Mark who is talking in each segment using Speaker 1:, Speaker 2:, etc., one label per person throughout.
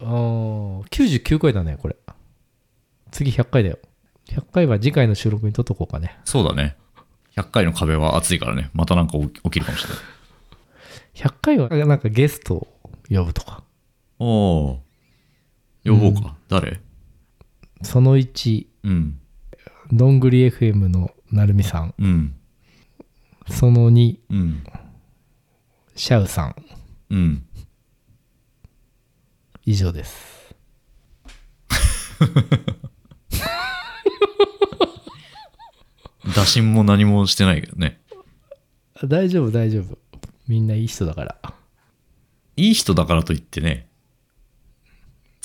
Speaker 1: あー99回だね、これ。次100回だよ。100回は次回の収録に撮っとこうかね。
Speaker 2: そうだね。100回の壁は熱いからね。またなんか起き起きるかもしれない。
Speaker 1: 100回はなんかゲストを呼ぶとか。
Speaker 2: おお。呼ぼうか。誰
Speaker 1: その1、
Speaker 2: うん。
Speaker 1: どんぐり FM のなるみさん。
Speaker 2: うん。
Speaker 1: その2、
Speaker 2: うん。
Speaker 1: シャウさん。
Speaker 2: うん。
Speaker 1: 以上です。
Speaker 2: 打診も何もしてないけどね。
Speaker 1: 大丈夫、大丈夫。みんないい人だから。
Speaker 2: いい人だからといってね、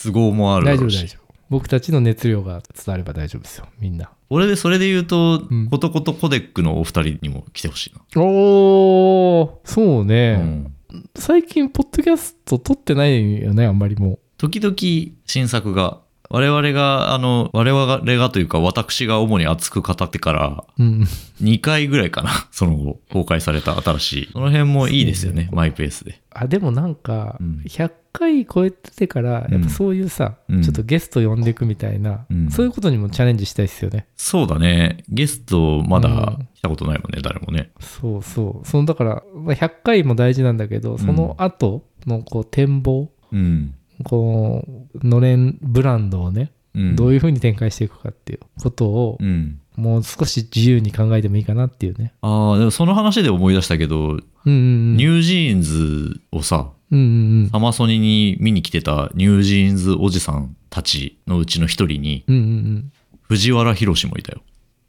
Speaker 2: 都合もあるだ
Speaker 1: 大丈夫、
Speaker 2: ろう
Speaker 1: 大
Speaker 2: し。
Speaker 1: 丈夫。僕たちの熱量が伝われば大丈夫ですよ、みんな。
Speaker 2: 俺で、それで言うと、
Speaker 1: うん
Speaker 2: ことことコデックのお二人にも来てほしいな。
Speaker 1: おー、そう
Speaker 2: う
Speaker 1: ね。
Speaker 2: ん。
Speaker 1: 最近、ポッドキャスト撮ってないよね、あんまりもう。
Speaker 2: 時々新作が我々があの我々がというか私が主に熱く語ってから
Speaker 1: うん、
Speaker 2: 2回ぐらいかな その後公開された新しいその辺もいいですよねマイペースで
Speaker 1: あでもなんか
Speaker 2: うん
Speaker 1: 100回超えてから
Speaker 2: うん
Speaker 1: やっぱそういうさ、
Speaker 2: うん
Speaker 1: ちょっとゲスト呼んでいくみたいな、
Speaker 2: うん
Speaker 1: そういうことにもチャレンジしたいですよね
Speaker 2: そうだねゲストまだ
Speaker 1: うん
Speaker 2: 来たことないもんね誰もね
Speaker 1: そうそうそのだからまあ100回も大事なんだけどその後のこう展望、
Speaker 2: うん、
Speaker 1: こうのれんブランドをね、
Speaker 2: うん、
Speaker 1: どう
Speaker 2: い
Speaker 1: いうふうに展開していくかっていうことを、
Speaker 2: うん、
Speaker 1: もう少し自由に考えてもいいかなっていうね
Speaker 2: ああでもその話で思い出したけど、
Speaker 1: うんうん
Speaker 2: ニ
Speaker 1: うん
Speaker 2: ュージーンズをさ
Speaker 1: うんうん
Speaker 2: サマソニに見に来てたニュージーンズおじさんたちのうちの一人に
Speaker 1: うんうんうん
Speaker 2: 藤原宏もいたよ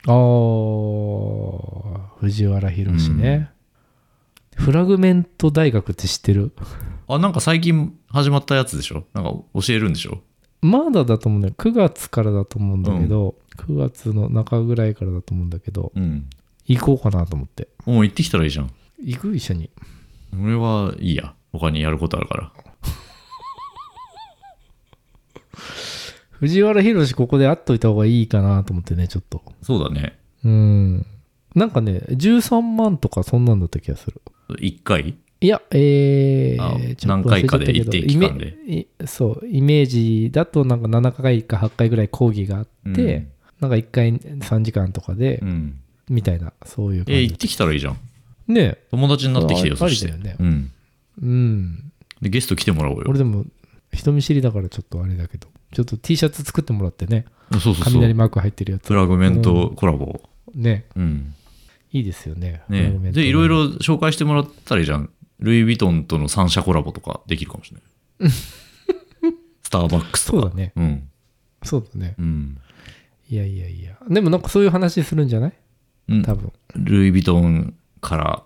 Speaker 1: あー藤原宏ね、フラグメント大学って知ってる
Speaker 2: あ、なんか最近始まったやつでしょなんか教えるんでしょ
Speaker 1: まだだと思うんだよ9月からだと思うんだけど、9月の中ぐらいからだと思うんだけど
Speaker 2: うん。
Speaker 1: 行こうかなと思って
Speaker 2: もう行ってきたらいいじゃん。
Speaker 1: 行く一緒に
Speaker 2: 俺はいいや。他にやることあるから。
Speaker 1: 藤原宏ここで会っといた方がいいかなと思ってねちょっと
Speaker 2: そうだね。
Speaker 1: うんなんかね13万とかそんなんだった気がする
Speaker 2: 1回
Speaker 1: いやえ
Speaker 2: あ
Speaker 1: ー、ちょっ
Speaker 2: 何
Speaker 1: と忘れ
Speaker 2: 回
Speaker 1: ちゃ
Speaker 2: か
Speaker 1: った
Speaker 2: で
Speaker 1: け
Speaker 2: 一
Speaker 1: ど
Speaker 2: 定期間で。
Speaker 1: イメいそうイメージだとなんか7回か8回ぐらい講義があって、なんか1回3時間とかで、
Speaker 2: うん、うん。
Speaker 1: みたいなそういう感
Speaker 2: えー、行っ
Speaker 1: じ
Speaker 2: てきたらいいじゃん。
Speaker 1: ねえ
Speaker 2: 友達になってきてよ、
Speaker 1: ああ
Speaker 2: そ
Speaker 1: り
Speaker 2: して。
Speaker 1: だよね
Speaker 2: うん。
Speaker 1: うん
Speaker 2: で、ゲスト来てもらおうよ
Speaker 1: 俺。でも人見知りだからちょっとあれだけどちょっと T シャツ作ってもらってね
Speaker 2: そうそうそ
Speaker 1: 雷
Speaker 2: う。
Speaker 1: マーク入ってるやつ
Speaker 2: フラグメントコラボ。
Speaker 1: ね
Speaker 2: うん。
Speaker 1: いいですよねフラ
Speaker 2: ね
Speaker 1: グメント
Speaker 2: で、いろいろ紹介してもらったらいいじゃん。ルイ・ヴィトンとの三社コラボとかできるかもしれ ない。スターバックスとか。
Speaker 1: そうだね
Speaker 2: うん。
Speaker 1: そうだね
Speaker 2: うん。
Speaker 1: いやいやいやでもなんかそういう話するんじゃない
Speaker 2: うん、
Speaker 1: 多分
Speaker 2: ルイ・ヴィトンから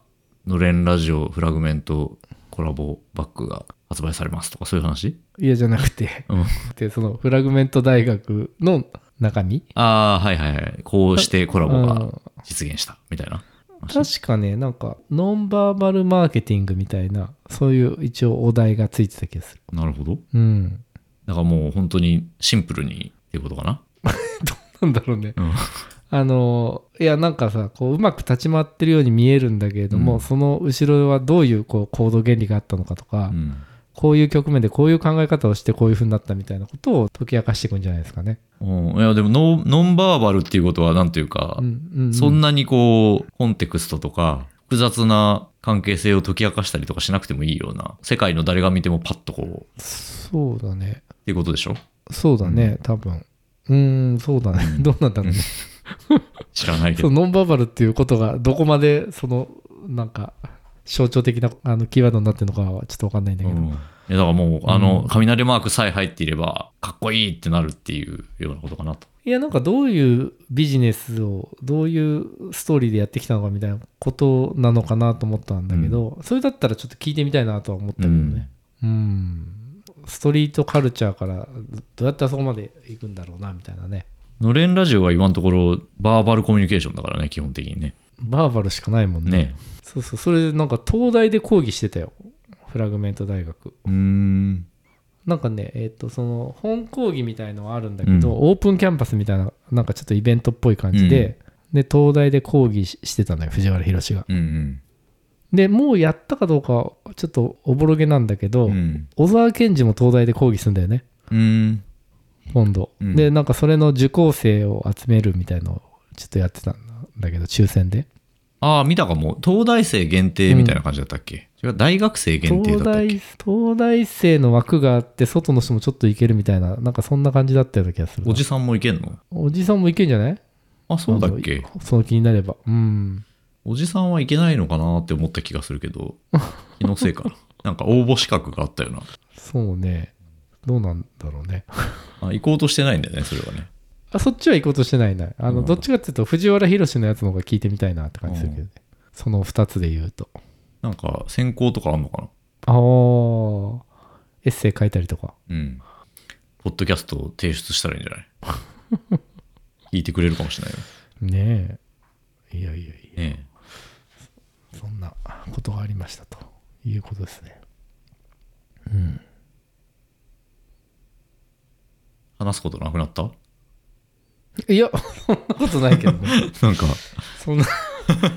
Speaker 2: のれんラジオフラグメントコラボバッグが発売されますとかそういう話
Speaker 1: いやじゃなくて
Speaker 2: うん。
Speaker 1: でそのフラグメント大学の中身
Speaker 2: ああ、はいはいはい。こうしてコラボ
Speaker 1: う
Speaker 2: が
Speaker 1: ん
Speaker 2: 実現したみたいな。
Speaker 1: 確かねなんかノンバーバルマーケティングみたいなそういう一応お題がついてた気がする
Speaker 2: なるほど。
Speaker 1: うん
Speaker 2: だからもう本当にシンプルにっていうことかな。
Speaker 1: なんだろうね
Speaker 2: うん。
Speaker 1: あのいやなんかさこううまく立ち回ってるように見えるんだけれども、
Speaker 2: うん
Speaker 1: その後ろはどういうこう行動原理があったのかとか、
Speaker 2: うん
Speaker 1: こういう局面でこういう考え方をしてこういうふうになったみたいなことを解き明かしていくんじゃないですかね。
Speaker 2: うん、いやでもノンノンバーバルっていうことはなんというか、
Speaker 1: うんうんうん
Speaker 2: そんなにこうコンテクストとか複雑な関係性を解き明かしたりとかしなくてもいいような世界の誰が見てもパッとこう
Speaker 1: そうだね
Speaker 2: っていうことでしょ
Speaker 1: そうだね、多分うーんそうだねどうなんだろうね、
Speaker 2: 知らないけ
Speaker 1: そ
Speaker 2: ど。
Speaker 1: のノンバーバルっていうことがどこまでそのなんか象徴的なあのキーワードになってるのかはちょっと分かんないんだ
Speaker 2: う
Speaker 1: けど、
Speaker 2: ん、いやだからもう、あ
Speaker 1: う
Speaker 2: の
Speaker 1: ん
Speaker 2: 雷マークさえ入っていればかっこいいってなるっていうようなことかなと。
Speaker 1: いやなんかどういうビジネスをどういうストーリーでやってきたのかみたいなことなのかなと思ったんだけど、それだったらちょっと聞いてみたいなとは思ったけどねうん、ストリートカルチャーからどうやってあそこまで行くんだろうなみたいなね
Speaker 2: のれんラジオは今のところバーバルコミュニケーションだからね基本的にね。
Speaker 1: バーバルしかないもんね
Speaker 2: ね
Speaker 1: そうそうそれでなんか東大で講義してたよフラグメント大学
Speaker 2: うーん
Speaker 1: なんかねえっ、とその本講義みたいのはあるんだけど、
Speaker 2: うん
Speaker 1: オープンキャンパスみたいななんかちょっとイベントっぽい感じで、で東大で講義ししてたのよ藤原宏が
Speaker 2: うんうん
Speaker 1: でもうやったかどうかちょっとおぼろげなんだけど、
Speaker 2: うん。
Speaker 1: 小沢健二も東大で講義するんだよね
Speaker 2: うん。
Speaker 1: 今度、
Speaker 2: うん
Speaker 1: でなんかそれの受講生を集めるみたいのをちょっとやってたんだけど抽選で
Speaker 2: ああ、見たかも。東大生限定みたいな感じだったっけ、違う、大学生限定
Speaker 1: 東
Speaker 2: だったっ
Speaker 1: 大
Speaker 2: け
Speaker 1: 東大生の枠があって外の人もちょっと行けるみたいななんかそんな感じだったような気がするな
Speaker 2: おじさんもいけんの
Speaker 1: おじさんも行けんじゃない
Speaker 2: あ、そうだっけ
Speaker 1: あのその気になればうん
Speaker 2: おじさんはいけないのかなって思った気がするけ ど、気のせいかな。なんか応募資格があったよな。
Speaker 1: そうねどうなんだろうね
Speaker 2: あ行こうとしてないんだよね、それはね。
Speaker 1: あそっちは行こうとしてないなあの、
Speaker 2: うん
Speaker 1: どっちかっていうと藤原宏のやつの方が聞いてみたいなって感じするけどね、その2つで言うと
Speaker 2: なんか選考とかあんのかな
Speaker 1: ああエッセイ書いたりとか
Speaker 2: うん。ポッドキャストを提出したらいいんじゃない 聞いてくれるかもしれないよ。
Speaker 1: ねえいやいやい
Speaker 2: ね
Speaker 1: やそんなことがありましたということですね
Speaker 2: え話すことなくなった
Speaker 1: いやそんなことないけどね
Speaker 2: なんか、
Speaker 1: そんな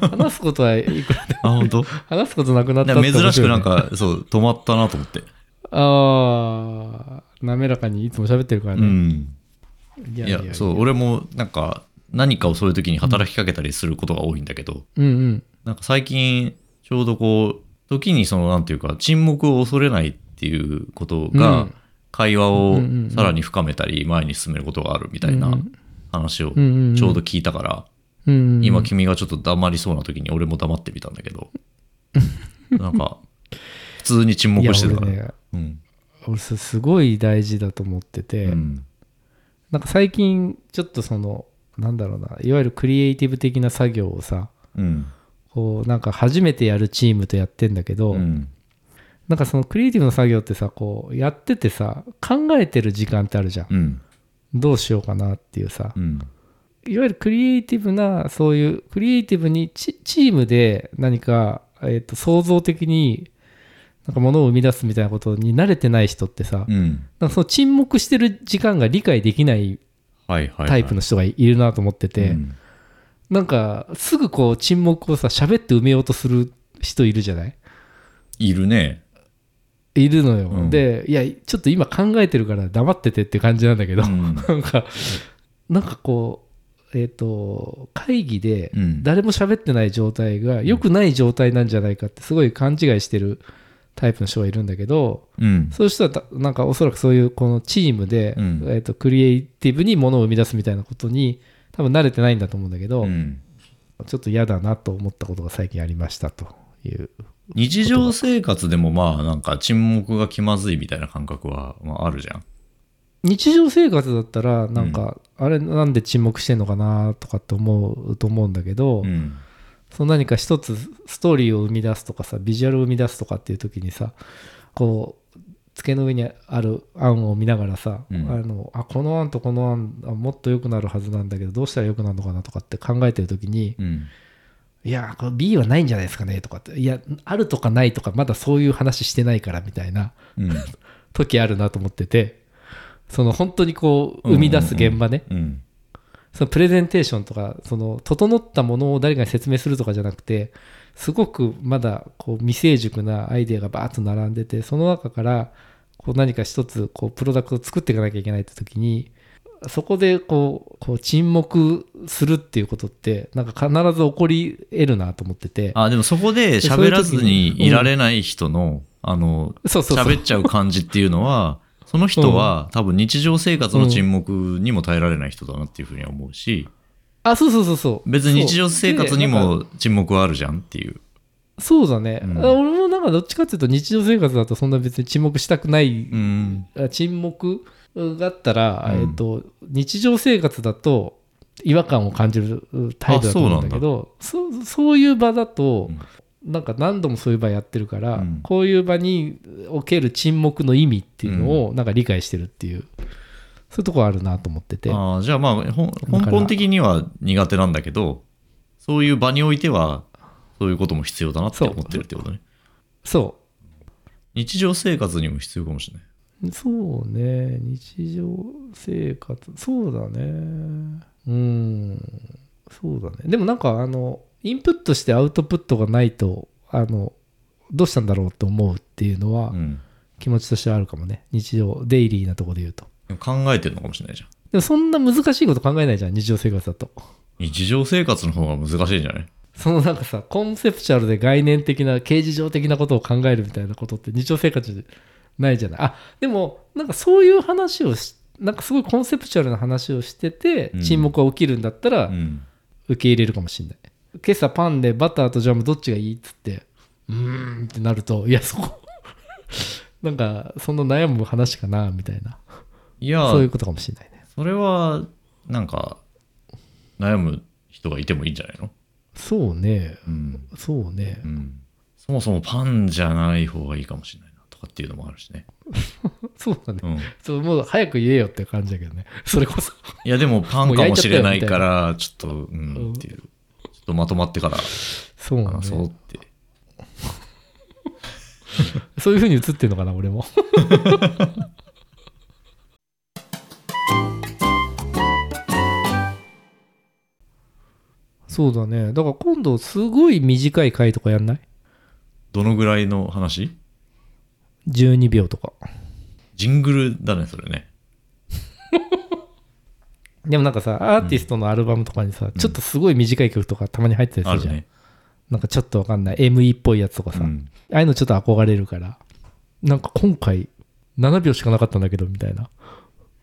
Speaker 1: 話すことはいくらでも
Speaker 2: あ、本当
Speaker 1: 話すことなくなったって
Speaker 2: なん
Speaker 1: 面
Speaker 2: か
Speaker 1: 白いね
Speaker 2: 珍しくなんか、そう、止まったなと思って。
Speaker 1: ああ滑らかにいつも喋ってるから
Speaker 2: う
Speaker 1: ね、
Speaker 2: ん。
Speaker 1: い
Speaker 2: いやそう俺もなんか何かをそういう時に働きかけたりすることが多いんだけど、
Speaker 1: うんうん
Speaker 2: なんか最近ちょうどこう時にそのなんていうか沈黙を恐れないっていうこと
Speaker 1: う
Speaker 2: が
Speaker 1: ん
Speaker 2: 会話
Speaker 1: う
Speaker 2: を
Speaker 1: んうんうん
Speaker 2: さらに深めたり前に進めることがあるみたい
Speaker 1: うんう
Speaker 2: なん話をち
Speaker 1: うんうんうん
Speaker 2: ょうど聞いたから
Speaker 1: うんうん、
Speaker 2: 今君がちょっと黙りそうな時に俺も黙ってみたんだけ どなんか普通に沈黙してたから
Speaker 1: いや俺ね
Speaker 2: うん
Speaker 1: 俺それすごい大事だと思ってて、
Speaker 2: うん
Speaker 1: なんか最近ちょっとそのなんだろうないわゆるクリエイティブ的な作業をさ
Speaker 2: うん
Speaker 1: こうなんか初めてやるチームとやってんだけど、
Speaker 2: うん
Speaker 1: なんかそのクリエイティブの作業ってさこうやっててさ考えてる時間ってあるじゃん、
Speaker 2: うん
Speaker 1: どうしようかなっていうさ、
Speaker 2: うん
Speaker 1: いわゆるクリエイティブなそういうクリエイティブにチチームで何か、えー、と創造的になんか物を生み出すみたいなことに慣れてない人ってさ、
Speaker 2: うん
Speaker 1: なんかその沈黙してる時間が理解できない
Speaker 2: はいはいはい
Speaker 1: タイプの人がいるなと思ってて、
Speaker 2: うん
Speaker 1: なんかすぐこう沈黙をさ喋って埋めようとする人いるじゃない
Speaker 2: いるね
Speaker 1: いるのよ、
Speaker 2: うん
Speaker 1: でいやちょっと今考えてるから黙っててって感じなんだけど、
Speaker 2: う ん
Speaker 1: なんかなんかこうえっ、と会議で
Speaker 2: うん
Speaker 1: 誰も喋ってない状態が良くない状態なんじゃないかってすごい勘違いしてるタイプの人がいるんだけど、
Speaker 2: うん
Speaker 1: そういう人はたなんかおそらくそういうこのチームで、
Speaker 2: うん
Speaker 1: えー、とクリエイティブにものを生み出すみたいなことに多分慣れてないんだと思うんだけど、
Speaker 2: うん
Speaker 1: ちょっと嫌だなと思ったことが最近ありましたという
Speaker 2: 日常生活でもまあなんか沈黙が気まずいみたいな感覚はまああるじゃん。
Speaker 1: 日常生活だったらなんか、あれなんで沈黙してんのかなとかって思うと思うんだけど、
Speaker 2: うん。
Speaker 1: その何か一つストーリーを生み出すとかさビジュアルを生み出すとかっていう時にさこう机の上にある案を見ながらさ、
Speaker 2: うん
Speaker 1: あのあこの案とこの案あもっと良くなるはずなんだけどどうしたら良くなるのかなとかって考えてる時に
Speaker 2: うん。
Speaker 1: 「いやこれ B はないんじゃないですかね」とかって「いやあるとかないとかまだそういう話してないから」みたいな
Speaker 2: うん。
Speaker 1: 時あるなと思っててその本当にこう生み出す現場ね、
Speaker 2: うん。
Speaker 1: そのプレゼンテーションとかその整ったものを誰かに説明するとかじゃなくてすごくまだこう未成熟なアイデアがバーッと並んでてその中からこう何か一つこうプロダクトを作っていかなきゃいけないって時にそこでこうこう沈黙するっていうことってなんか必ず起こり得るなと思ってて
Speaker 2: あ、でもそこで喋らずにいられない人の、あの、
Speaker 1: そうそうそう
Speaker 2: 喋っちゃう感じっていうのは、その人は多分日常生活の沈黙にも耐えられない人だなっていうふうには思うし、
Speaker 1: あそうそうそうそう
Speaker 2: 別に日常
Speaker 1: そう
Speaker 2: 生活に
Speaker 1: でなんか
Speaker 2: も沈黙はあるじゃんっていう。
Speaker 1: そうだね、
Speaker 2: うん
Speaker 1: あ俺もなんかどっちかっていうと日常生活だとそんな別に沈黙したくない
Speaker 2: うん。
Speaker 1: あ沈黙があったら、
Speaker 2: うん
Speaker 1: えっと日常生活だと違和感を感じるう態度だと思うんだけどそうそういう場だと、なんか何度もそういう場やってるから、
Speaker 2: うん
Speaker 1: こういう場における沈黙の意味っていうのをなんか理解してるっていう、そういうとこあるなと思ってて
Speaker 2: ああ、じゃあまあ、ほん根本的には苦手なんだけど、そういう場においては、そういうことも必要だなって
Speaker 1: そう
Speaker 2: 思ってるってことね。
Speaker 1: そ
Speaker 2: 日常生活にも必要かもしれない。
Speaker 1: うそうね日常生活そうだねうんそうだねでもなんかあのインプットしてアウトプットがないとあのどうしたんだろうと思うっていうのは
Speaker 2: うん。
Speaker 1: 気持ちとしてはあるかもね日常デイリーなところで言うと
Speaker 2: でも考えてるのかもしれないじゃん。
Speaker 1: でもそんな難しいこと考えないじゃん日常生活だと
Speaker 2: 日常生活の方が難しいんじゃない
Speaker 1: そのなんかさコンセプチュアルで概念的な形事上的なことを考えるみたいなことって日常生活でないじゃないあでもなんかそういう話をしなんかすごいコンセプチュアルな話をしてて
Speaker 2: うん
Speaker 1: 沈黙が起きるんだったら
Speaker 2: うん。
Speaker 1: 受け入れるかもしれない、今朝パンでバターとジャムどっちがいいっつってうーんってなるといやそこ なんかそんな悩む話かなみたいない
Speaker 2: や、
Speaker 1: そういう
Speaker 2: そ
Speaker 1: ことかもしれないね
Speaker 2: れは、なんか、悩む人がいてもいいんじゃないの
Speaker 1: そうね
Speaker 2: うん。
Speaker 1: そうね
Speaker 2: うん。そもそもパンじゃない方がいいかもしれないな、とかっていうのもあるしね。
Speaker 1: そうだね
Speaker 2: うん。
Speaker 1: そうもう早く言えよって感じだけどねそれこそ
Speaker 2: いや、でもパンかもしれないから、ちょっと、うん、っていう。ちょっとまとまってから
Speaker 1: そうなん
Speaker 2: 話
Speaker 1: だ
Speaker 2: そうっ
Speaker 1: よ
Speaker 2: て。
Speaker 1: そういうふうに映ってるのかな俺 もそうだねだから今度すごい短い回とかやんない
Speaker 2: どのぐらいの話
Speaker 1: ?12 秒とか
Speaker 2: ジングルだね、それね。
Speaker 1: でもなんかさアーティストのアルバムとかにさ、ちょっとすごい短い曲とかたまに入ってた
Speaker 2: あ
Speaker 1: りする
Speaker 2: る
Speaker 1: じゃん、
Speaker 2: ね。
Speaker 1: なんかちょっとわかんない ME っぽいやつとかさ、
Speaker 2: うん。
Speaker 1: ああいうのちょっと憧れるからなんか今回7秒しかなかったんだけどみたいな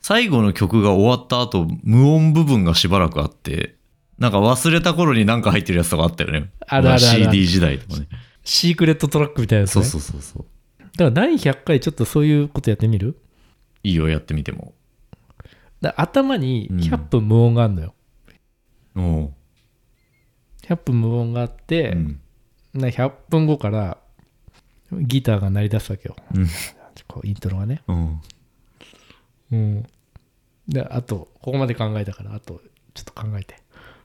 Speaker 2: 最後の曲が終わった後、無音部分がしばらくあって、なんか忘れた頃になんか入ってるやつとかあったよね。
Speaker 1: あるあるあるある
Speaker 2: 俺 CD 時代とかね。
Speaker 1: シークレットトラックみたいなやつ、
Speaker 2: そう
Speaker 1: ね、
Speaker 2: そうそうそう。
Speaker 1: だから第100回ちょっとそういうことやってみる
Speaker 2: いいよ、やってみても。
Speaker 1: だから頭に
Speaker 2: うん
Speaker 1: 100分無音があるのよ、
Speaker 2: おう
Speaker 1: 100分無音があって、
Speaker 2: うん。
Speaker 1: な100分後からギターが鳴り出すわけよ
Speaker 2: うん。
Speaker 1: こうイントロがね
Speaker 2: うん。
Speaker 1: うんであとここまで考えたからあとちょっと考えて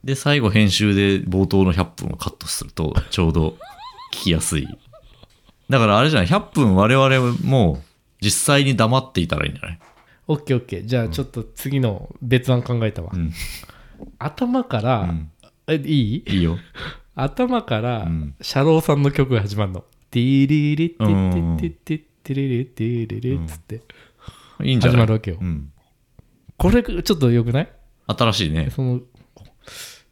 Speaker 2: で、最後編集で冒頭の100分をカットすると、ちょうど聞きやすい。だからあれじゃない、100分我々も実際に黙っていたらいいんじゃない
Speaker 1: OKOK じゃあちょっと次の別案考えたわ、
Speaker 2: うん
Speaker 1: 頭から、
Speaker 2: うん
Speaker 1: えいい
Speaker 2: いいよ。
Speaker 1: 頭から、
Speaker 2: うん
Speaker 1: シャローさんの曲が始まるの「ティリリティティティティリリティリリ」っつって
Speaker 2: いいんじゃ
Speaker 1: 始
Speaker 2: な
Speaker 1: ま
Speaker 2: い
Speaker 1: るわけよ、
Speaker 2: うん。
Speaker 1: これちょっとよくない
Speaker 2: 新しいね。
Speaker 1: その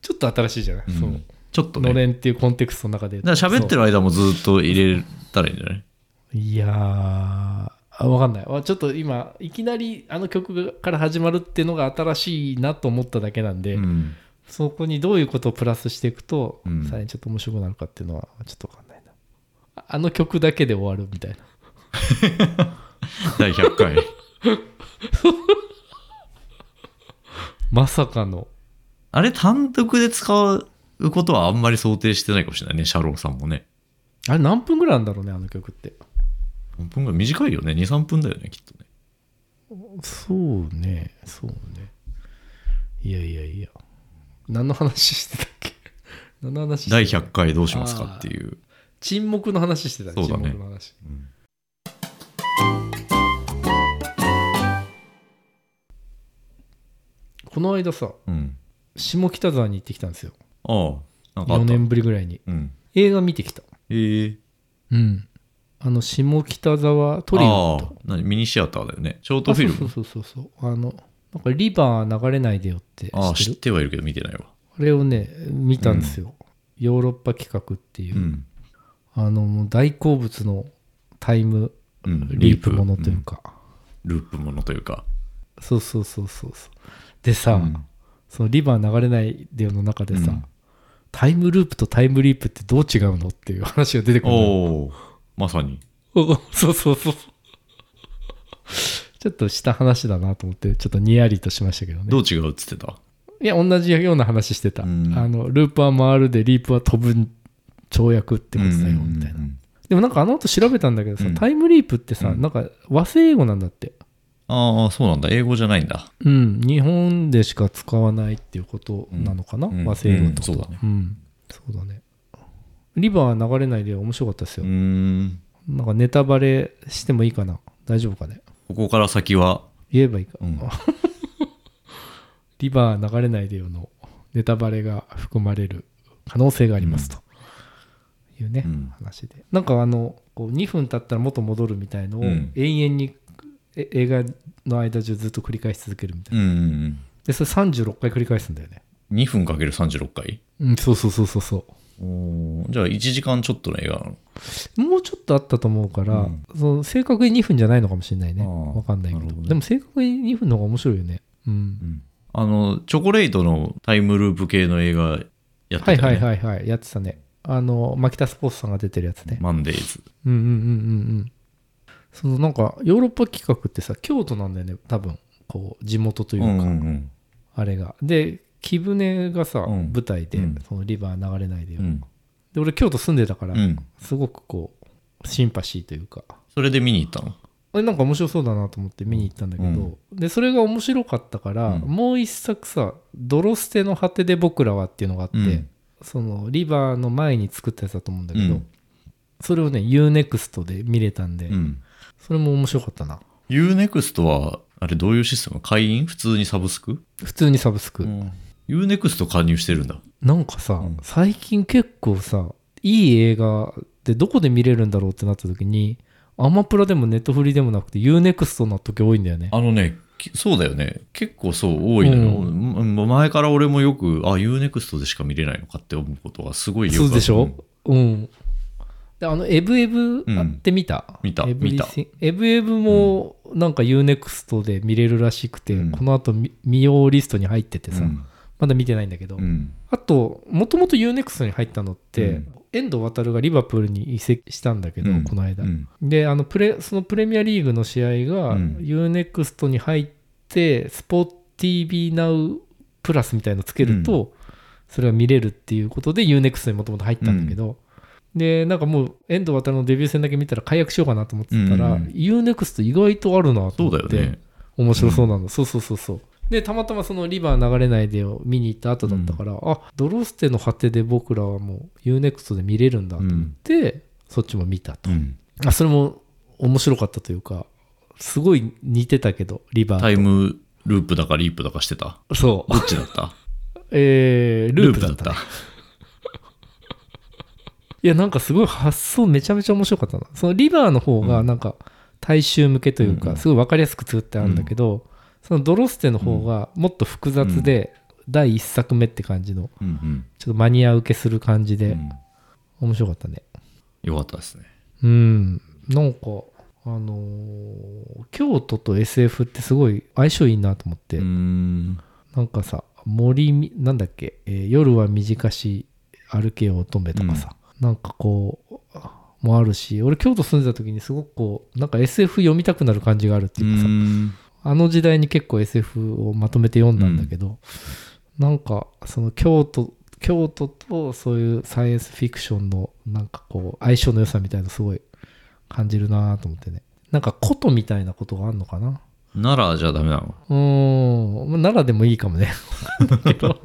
Speaker 1: ちょっと新しいじゃない、
Speaker 2: うん
Speaker 1: その
Speaker 2: ちょっとね
Speaker 1: の。れんっていうコンテクストの中で
Speaker 2: だから喋って
Speaker 1: る
Speaker 2: る間もずっと入れたらいいんじゃない
Speaker 1: いやーあ分かんないわちょっと今いきなりあの曲から始まるっていうのが新しいなと思っただけなんで、
Speaker 2: うん、
Speaker 1: そこにどういうことをプラスしていくと、
Speaker 2: うん
Speaker 1: さらにちょっと面白くなるかっていうのはちょっと分かんないなああの曲だけで終わるみたいな
Speaker 2: 第100回
Speaker 1: まさかの
Speaker 2: あれ単独で使うことはあんまり想定してないかもしれないねシャローさんもね
Speaker 1: あれ何分ぐらいあるんだろうねあの曲って
Speaker 2: 何分ぐらい短いよね23分だよねきっとね
Speaker 1: そうねそうねいやいやいや何の話してたっけ 何の話してた
Speaker 2: 第100回どうしますかっていう
Speaker 1: 沈黙の話してた
Speaker 2: そうだね
Speaker 1: 沈黙の話
Speaker 2: うん
Speaker 1: この間さ
Speaker 2: うん
Speaker 1: 下北沢に行ってきたんですよ
Speaker 2: ああなんかあ
Speaker 1: 4
Speaker 2: った
Speaker 1: 年ぶりぐらいに
Speaker 2: うん
Speaker 1: 映画見てきた
Speaker 2: ええ
Speaker 1: うんあの下北沢トリウッ
Speaker 2: あ
Speaker 1: ド
Speaker 2: あ何ミニシアターだよねショートフィル
Speaker 1: あ
Speaker 2: ム
Speaker 1: そうそうそうそうそうあのなんかリバー流れないでよって
Speaker 2: ああ
Speaker 1: 知
Speaker 2: 知
Speaker 1: っ
Speaker 2: って
Speaker 1: る
Speaker 2: てはいるけど見てないわ
Speaker 1: あれをね見たんですよ、ヨーロッパ企画っていうう、
Speaker 2: ん、
Speaker 1: あのもう大好物のタイム
Speaker 2: うん、
Speaker 1: リープものというか、
Speaker 2: うんループものというか
Speaker 1: そうそうそうそうそうでさ、
Speaker 2: うん
Speaker 1: そのリバー流れないでよの中でさ、
Speaker 2: うん
Speaker 1: タイムループとタイムリープってどう違うのっていう話が出てくるの
Speaker 2: おおまさに
Speaker 1: お そうそうそうちょっとした話だなと思ってちょっとにやりとしましたけど
Speaker 2: ど
Speaker 1: ね
Speaker 2: う違うっつってた
Speaker 1: いや同じような話してた、
Speaker 2: うん
Speaker 1: あのループは回るでリープは飛ぶ跳躍ってことだよみたいな、
Speaker 2: うんうんうん
Speaker 1: でもなんかあの後調べたんだけどさ、
Speaker 2: うん
Speaker 1: タイムリープってさ、
Speaker 2: うん
Speaker 1: なんか和製英語なんだって
Speaker 2: ああそうなんだ英語じゃないんだ
Speaker 1: うん、日本でしか使わないっていうことなのかな、
Speaker 2: うん
Speaker 1: 和製英語ってこと
Speaker 2: うんそう
Speaker 1: は
Speaker 2: だね
Speaker 1: うんそうだねリバー流れないで面白かったです
Speaker 2: う
Speaker 1: よ、
Speaker 2: ーん
Speaker 1: なんかネタバレしてもいいかな大丈夫かね
Speaker 2: ここから先は、
Speaker 1: 言えばいいか、
Speaker 2: うん、
Speaker 1: リバー流れないでよのネタバレが含まれる可能性がありますと、いうね、
Speaker 2: うん
Speaker 1: 話でなんかあのこう2分経ったら元戻るみたいのを
Speaker 2: うん
Speaker 1: 永遠にえ映画の間中ずっと繰り返し続けるみたいな、
Speaker 2: うんうん
Speaker 1: でそれ36回繰り返すんだよね
Speaker 2: うん。2分かける36回
Speaker 1: うんそうそうそうそうそ
Speaker 2: おーじゃあ1時間ちょっとの映画なの
Speaker 1: うもうちょっとあったと思うから、
Speaker 2: うん
Speaker 1: その正確に2分じゃないのかもしれないね
Speaker 2: あー
Speaker 1: わかんないけ
Speaker 2: な
Speaker 1: ど
Speaker 2: るほどね
Speaker 1: でも正確に2分の方が面白いよねうん
Speaker 2: あの、チョコレートのタイムループ系の映画やってた
Speaker 1: はい
Speaker 2: よね。
Speaker 1: はいはいはいやってたねあのマキタスポーツさんが出てるやつね
Speaker 2: マンデーズ。
Speaker 1: うんうんうんうんうんそのなんかヨーロッパ企画ってさ京都なんだよね多分こう地元というか、
Speaker 2: ん
Speaker 1: あれがで貴船がさ、
Speaker 2: うん
Speaker 1: 舞台で、
Speaker 2: うん
Speaker 1: そのリバー流れないでよ、
Speaker 2: うん。
Speaker 1: で俺京都住んでたから、
Speaker 2: うん。
Speaker 1: すごくこうシンパシーというか
Speaker 2: それで見に行ったの
Speaker 1: あれなんか面白そうだなと思って見に行ったんだけど、でそれが面白かったから、
Speaker 2: うん
Speaker 1: もう一作さ「泥捨ての果てで僕らは」っていうのがあって、
Speaker 2: うん
Speaker 1: そのリバーの前に作ったやつだと思うんだけど、
Speaker 2: うん
Speaker 1: それをね UNEXT で見れたんで、
Speaker 2: うん。
Speaker 1: それも面白かったな
Speaker 2: UNEXT は、あれどういうシステム会員普通にサブスク、
Speaker 1: 普通にサブスク、
Speaker 2: ん、?UNEXT 加入してるんだ。
Speaker 1: なんかさ、
Speaker 2: うん
Speaker 1: 最近結構さいい映画ってどこで見れるんだろうってなった時にアマプラでもネットフリでもなくて UNEXT な時多いんだよね
Speaker 2: あのね、きそうだよね。結構そう、多いのよ。
Speaker 1: う
Speaker 2: うん前から俺もよく、あ、UNEXT でしか見れないのかって思うことがすごいよくあ
Speaker 1: そう
Speaker 2: る
Speaker 1: でしょうんであのエブエブ
Speaker 2: うん
Speaker 1: あって見た、
Speaker 2: 見た
Speaker 1: エブリ
Speaker 2: 見た
Speaker 1: シエブエブもなんか UNEXT で見れるらしくて、
Speaker 2: うん
Speaker 1: このあと見見ようリストに入ってて
Speaker 2: う
Speaker 1: さ、
Speaker 2: ん。
Speaker 1: まだ見てないんだけど、
Speaker 2: うん。
Speaker 1: あともともと UNEXT に入ったのって、
Speaker 2: うん
Speaker 1: 遠藤航がリバプールに移籍したんだけど、
Speaker 2: うん
Speaker 1: この間、
Speaker 2: うん
Speaker 1: であのプレそのプレミアリーグの試合が
Speaker 2: うん
Speaker 1: UNEXT に入ってスポ TV Now プラスみたいのつけると、それが見れるっていうことで UNEXT にもともと入ったんだけど、でなんかもう遠藤航のデビュー戦だけ見たら解約しようかなと思ってたら、
Speaker 2: うん
Speaker 1: UNEXT 意外とあるなと
Speaker 2: そう
Speaker 1: 思
Speaker 2: だ
Speaker 1: っ
Speaker 2: よ
Speaker 1: て、
Speaker 2: ね。
Speaker 1: 面白そうなの、そうそうそうそうでたまたまその「リバー流れないで」を見に行った後だったから、あドロステの果てで僕らはもう UNEXT で見れるんだと思って、そっちも見たと、
Speaker 2: うん。
Speaker 1: あそれも面白かったというかすごい似てたけどリバ
Speaker 2: タ
Speaker 1: ー
Speaker 2: イムループだかリープだかしてた。
Speaker 1: そう
Speaker 2: どっちだった
Speaker 1: えー、ループだったねいやなんかすごい発想めちゃめちゃ面白かったなそのリバーの方がなんか大衆向けという
Speaker 2: うんう
Speaker 1: か
Speaker 2: ん
Speaker 1: すごい分かりやすく作ってあるんだけど、そのドロステの方がもっと複雑で第一作目って感じの
Speaker 2: うんうん。
Speaker 1: ちょっとマニア受けする感じ
Speaker 2: う
Speaker 1: で
Speaker 2: ん
Speaker 1: 面白かったね
Speaker 2: よかったですね。
Speaker 1: うんなんかあのー京都と SF ってすごい相性いいなと思って、
Speaker 2: うーん。
Speaker 1: なんかさ森みなんだっけ、えー夜は短し歩けよ乙女」とかさ、なんかこうもあるし俺京都住んでた時にすごくこうなんか SF 読みたくなる感じがあるって
Speaker 2: う
Speaker 1: いうかさ、
Speaker 2: ん
Speaker 1: あの時代に結構 SF をまとめて読んだんだけど、なんかその京都京都とそういうサイエンスフィクションのなんかこう相性の良さみたいなのすごい感じるなと思ってねなんか古都みたいなことがあるのかな
Speaker 2: 奈良じゃダメなの
Speaker 1: うーん、まあ奈良でもいいかもね。わかんないけど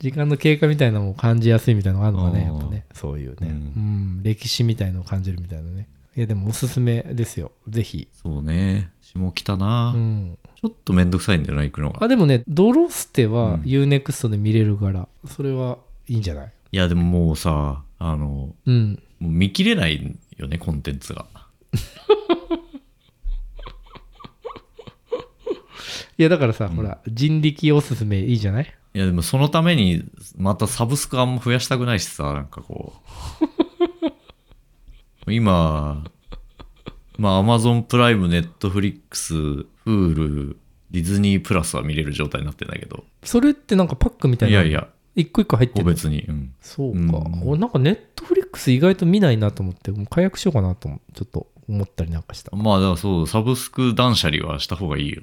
Speaker 1: 時間の経過みたいなのも感じやすいみたいなのがあるのかね、
Speaker 2: あ
Speaker 1: や
Speaker 2: ー
Speaker 1: っぱね。そういう
Speaker 2: う
Speaker 1: ね。
Speaker 2: ん
Speaker 1: うん、歴史みたいのを感じるみたいなね。いや、でもおすすめですよ。ぜひ。
Speaker 2: そうね。下北な、
Speaker 1: うん。
Speaker 2: ちょっとめんどくさいんだよな、行くのが。
Speaker 1: あ、でもね、ドロステ
Speaker 2: う
Speaker 1: は
Speaker 2: ん
Speaker 1: UNEXT で見れるから、それはいいんじゃない
Speaker 2: いや、でももうさ、あの、も
Speaker 1: うん。
Speaker 2: う見切れないよね、コンテンツが。
Speaker 1: いや、だからさ、ほら、人力おすすめいいじゃない
Speaker 2: いや、でもそのために、またサブスクあんま増やしたくないしさ、なんかこう。 今、まあ、アマゾンプライム、ネットフリックス、フール、ディズニープラスは見れる状態になってんだけど。
Speaker 1: それってなんかパックみたい
Speaker 2: い
Speaker 1: な。
Speaker 2: やい。や、
Speaker 1: 一個一個入って
Speaker 2: 個
Speaker 1: るの
Speaker 2: 別に。うん。
Speaker 1: そうか、
Speaker 2: うん
Speaker 1: 俺なんかネットフリックス意外と見ないなと思ってもう解約しようかなともちょっと思ったりなんかした
Speaker 2: まあ、だからそう、サブスク断捨離はした方がいいよ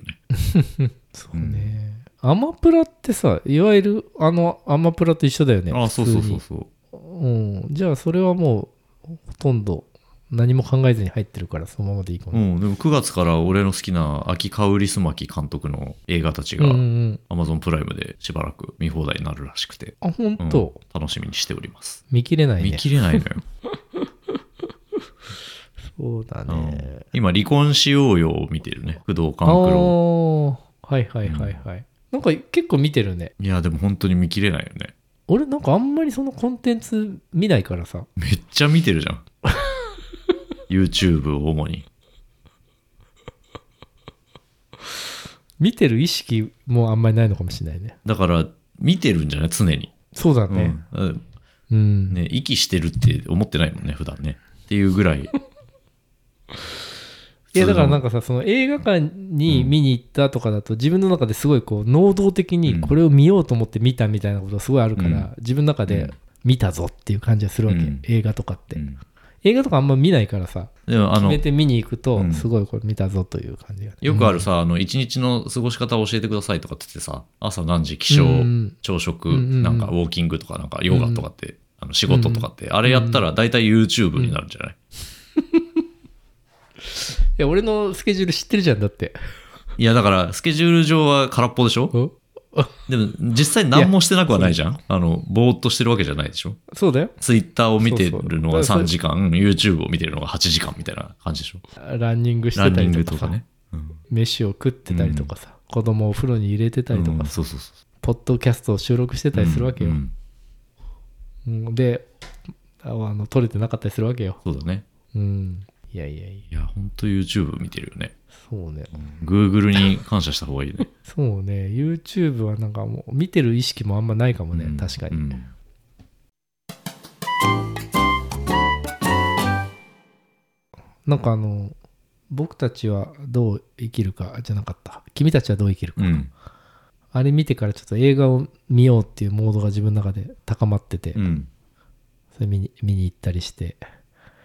Speaker 2: ね。
Speaker 1: そうね、アマプラってさいわゆるあのアマプラと一緒だよね
Speaker 2: ああ、そうそうそ
Speaker 1: 普
Speaker 2: うそう。
Speaker 1: 通にうん、じゃあそれはもうほとんど何も考えずに入ってるからそのままでいいか
Speaker 2: う
Speaker 1: も、
Speaker 2: ん、でも9月から俺の好きな秋カウリスマキ監督の映画たち
Speaker 1: うん、
Speaker 2: が
Speaker 1: うんうん
Speaker 2: アマゾンプライムでしばらく見放題になるらしくて、
Speaker 1: あ本
Speaker 2: うん
Speaker 1: 当、
Speaker 2: 楽しみにしております。
Speaker 1: 見切れない
Speaker 2: 見
Speaker 1: ね
Speaker 2: 切れな いのよ。
Speaker 1: そうだ
Speaker 2: うん
Speaker 1: ね
Speaker 2: 今、離婚しようよを見てるね。工藤
Speaker 1: あ
Speaker 2: 官九郎。
Speaker 1: ーはいはいはいはい、なんか結構見てるね
Speaker 2: いや、でも本当に見切れないよね。
Speaker 1: 俺なんかあんまりそのコンテンツ見ないからさ
Speaker 2: めっちゃ見てる じゃん。YouTube を主に。
Speaker 1: 見てる意識もあんまりないのかもしれないね
Speaker 2: だから、見てるんじゃない常に。
Speaker 1: そうだ
Speaker 2: うん
Speaker 1: ね
Speaker 2: うん
Speaker 1: うん、
Speaker 2: ね、息してるって思ってないもんね、普段ね。っていうぐ らい。
Speaker 1: いやだからなん
Speaker 2: か、
Speaker 1: かさその映画館に見に行ったとかだと自分の中ですごいこう能動的にこれを見ようと思って見たみたいなことがすごいあるから、
Speaker 2: うん
Speaker 1: 自分の中
Speaker 2: うん
Speaker 1: で見たぞっていう感じがするわけ、
Speaker 2: うん
Speaker 1: 映画とかって、
Speaker 2: うん
Speaker 1: 映画とかあんま見ないからさ
Speaker 2: でもあ
Speaker 1: 決
Speaker 2: の
Speaker 1: め、て見に行く
Speaker 2: う
Speaker 1: と
Speaker 2: ん
Speaker 1: すごいこれ見たぞという感じがね、
Speaker 2: よくあるさ、あの、一日の過ごし方を教えてくださいとかって言ってさ、朝何時、起床、
Speaker 1: うん
Speaker 2: 朝食、
Speaker 1: うんうんうん
Speaker 2: なんかウォーキングとか、なんかヨガとかって、あの仕事とかって、あれやったら大体 YouTube になるんじゃない、
Speaker 1: いや俺のスケジュール知ってるじゃんだって
Speaker 2: いや、だから、スケジュール上は空っぽでしょ
Speaker 1: お
Speaker 2: でも、実際何もしてなくはないじゃんあの、ぼーっとしてるわけじゃないでしょ
Speaker 1: そうだよ
Speaker 2: Twitter を見てるのが
Speaker 1: そうそう
Speaker 2: 3時間、YouTube を見てるのが8時間みたいな感じでしょ
Speaker 1: ランニングし
Speaker 2: ラ
Speaker 1: て
Speaker 2: ン
Speaker 1: た
Speaker 2: ニン
Speaker 1: り
Speaker 2: グ
Speaker 1: と
Speaker 2: と
Speaker 1: か
Speaker 2: か
Speaker 1: さ
Speaker 2: ね。うん
Speaker 1: 飯を食ってたりとかさ、子供をお風呂に入れてたりとかさ、
Speaker 2: うんそうそうそ
Speaker 1: ポッドキャストを収録して
Speaker 2: う。
Speaker 1: たりするわけよ、
Speaker 2: うんうん
Speaker 1: うんでああの撮れてなかったりするわけよ
Speaker 2: そうだね。
Speaker 1: うんいやいやいや
Speaker 2: いや、ほんと YouTube 見てるよね。
Speaker 1: そうね
Speaker 2: Google に感謝した方がいいね。
Speaker 1: そうね YouTube はなんかもう見てる意識もあんまないかもね、
Speaker 2: うん
Speaker 1: 確かに、
Speaker 2: うん
Speaker 1: なんかあの僕たちはどう生きるかじゃなかった君たちはどう生きるか、
Speaker 2: うん。
Speaker 1: あれ見てからちょっと映画を見ようっていうモードが自分の中で高まってて、
Speaker 2: うん。
Speaker 1: それ見に見に行ったりして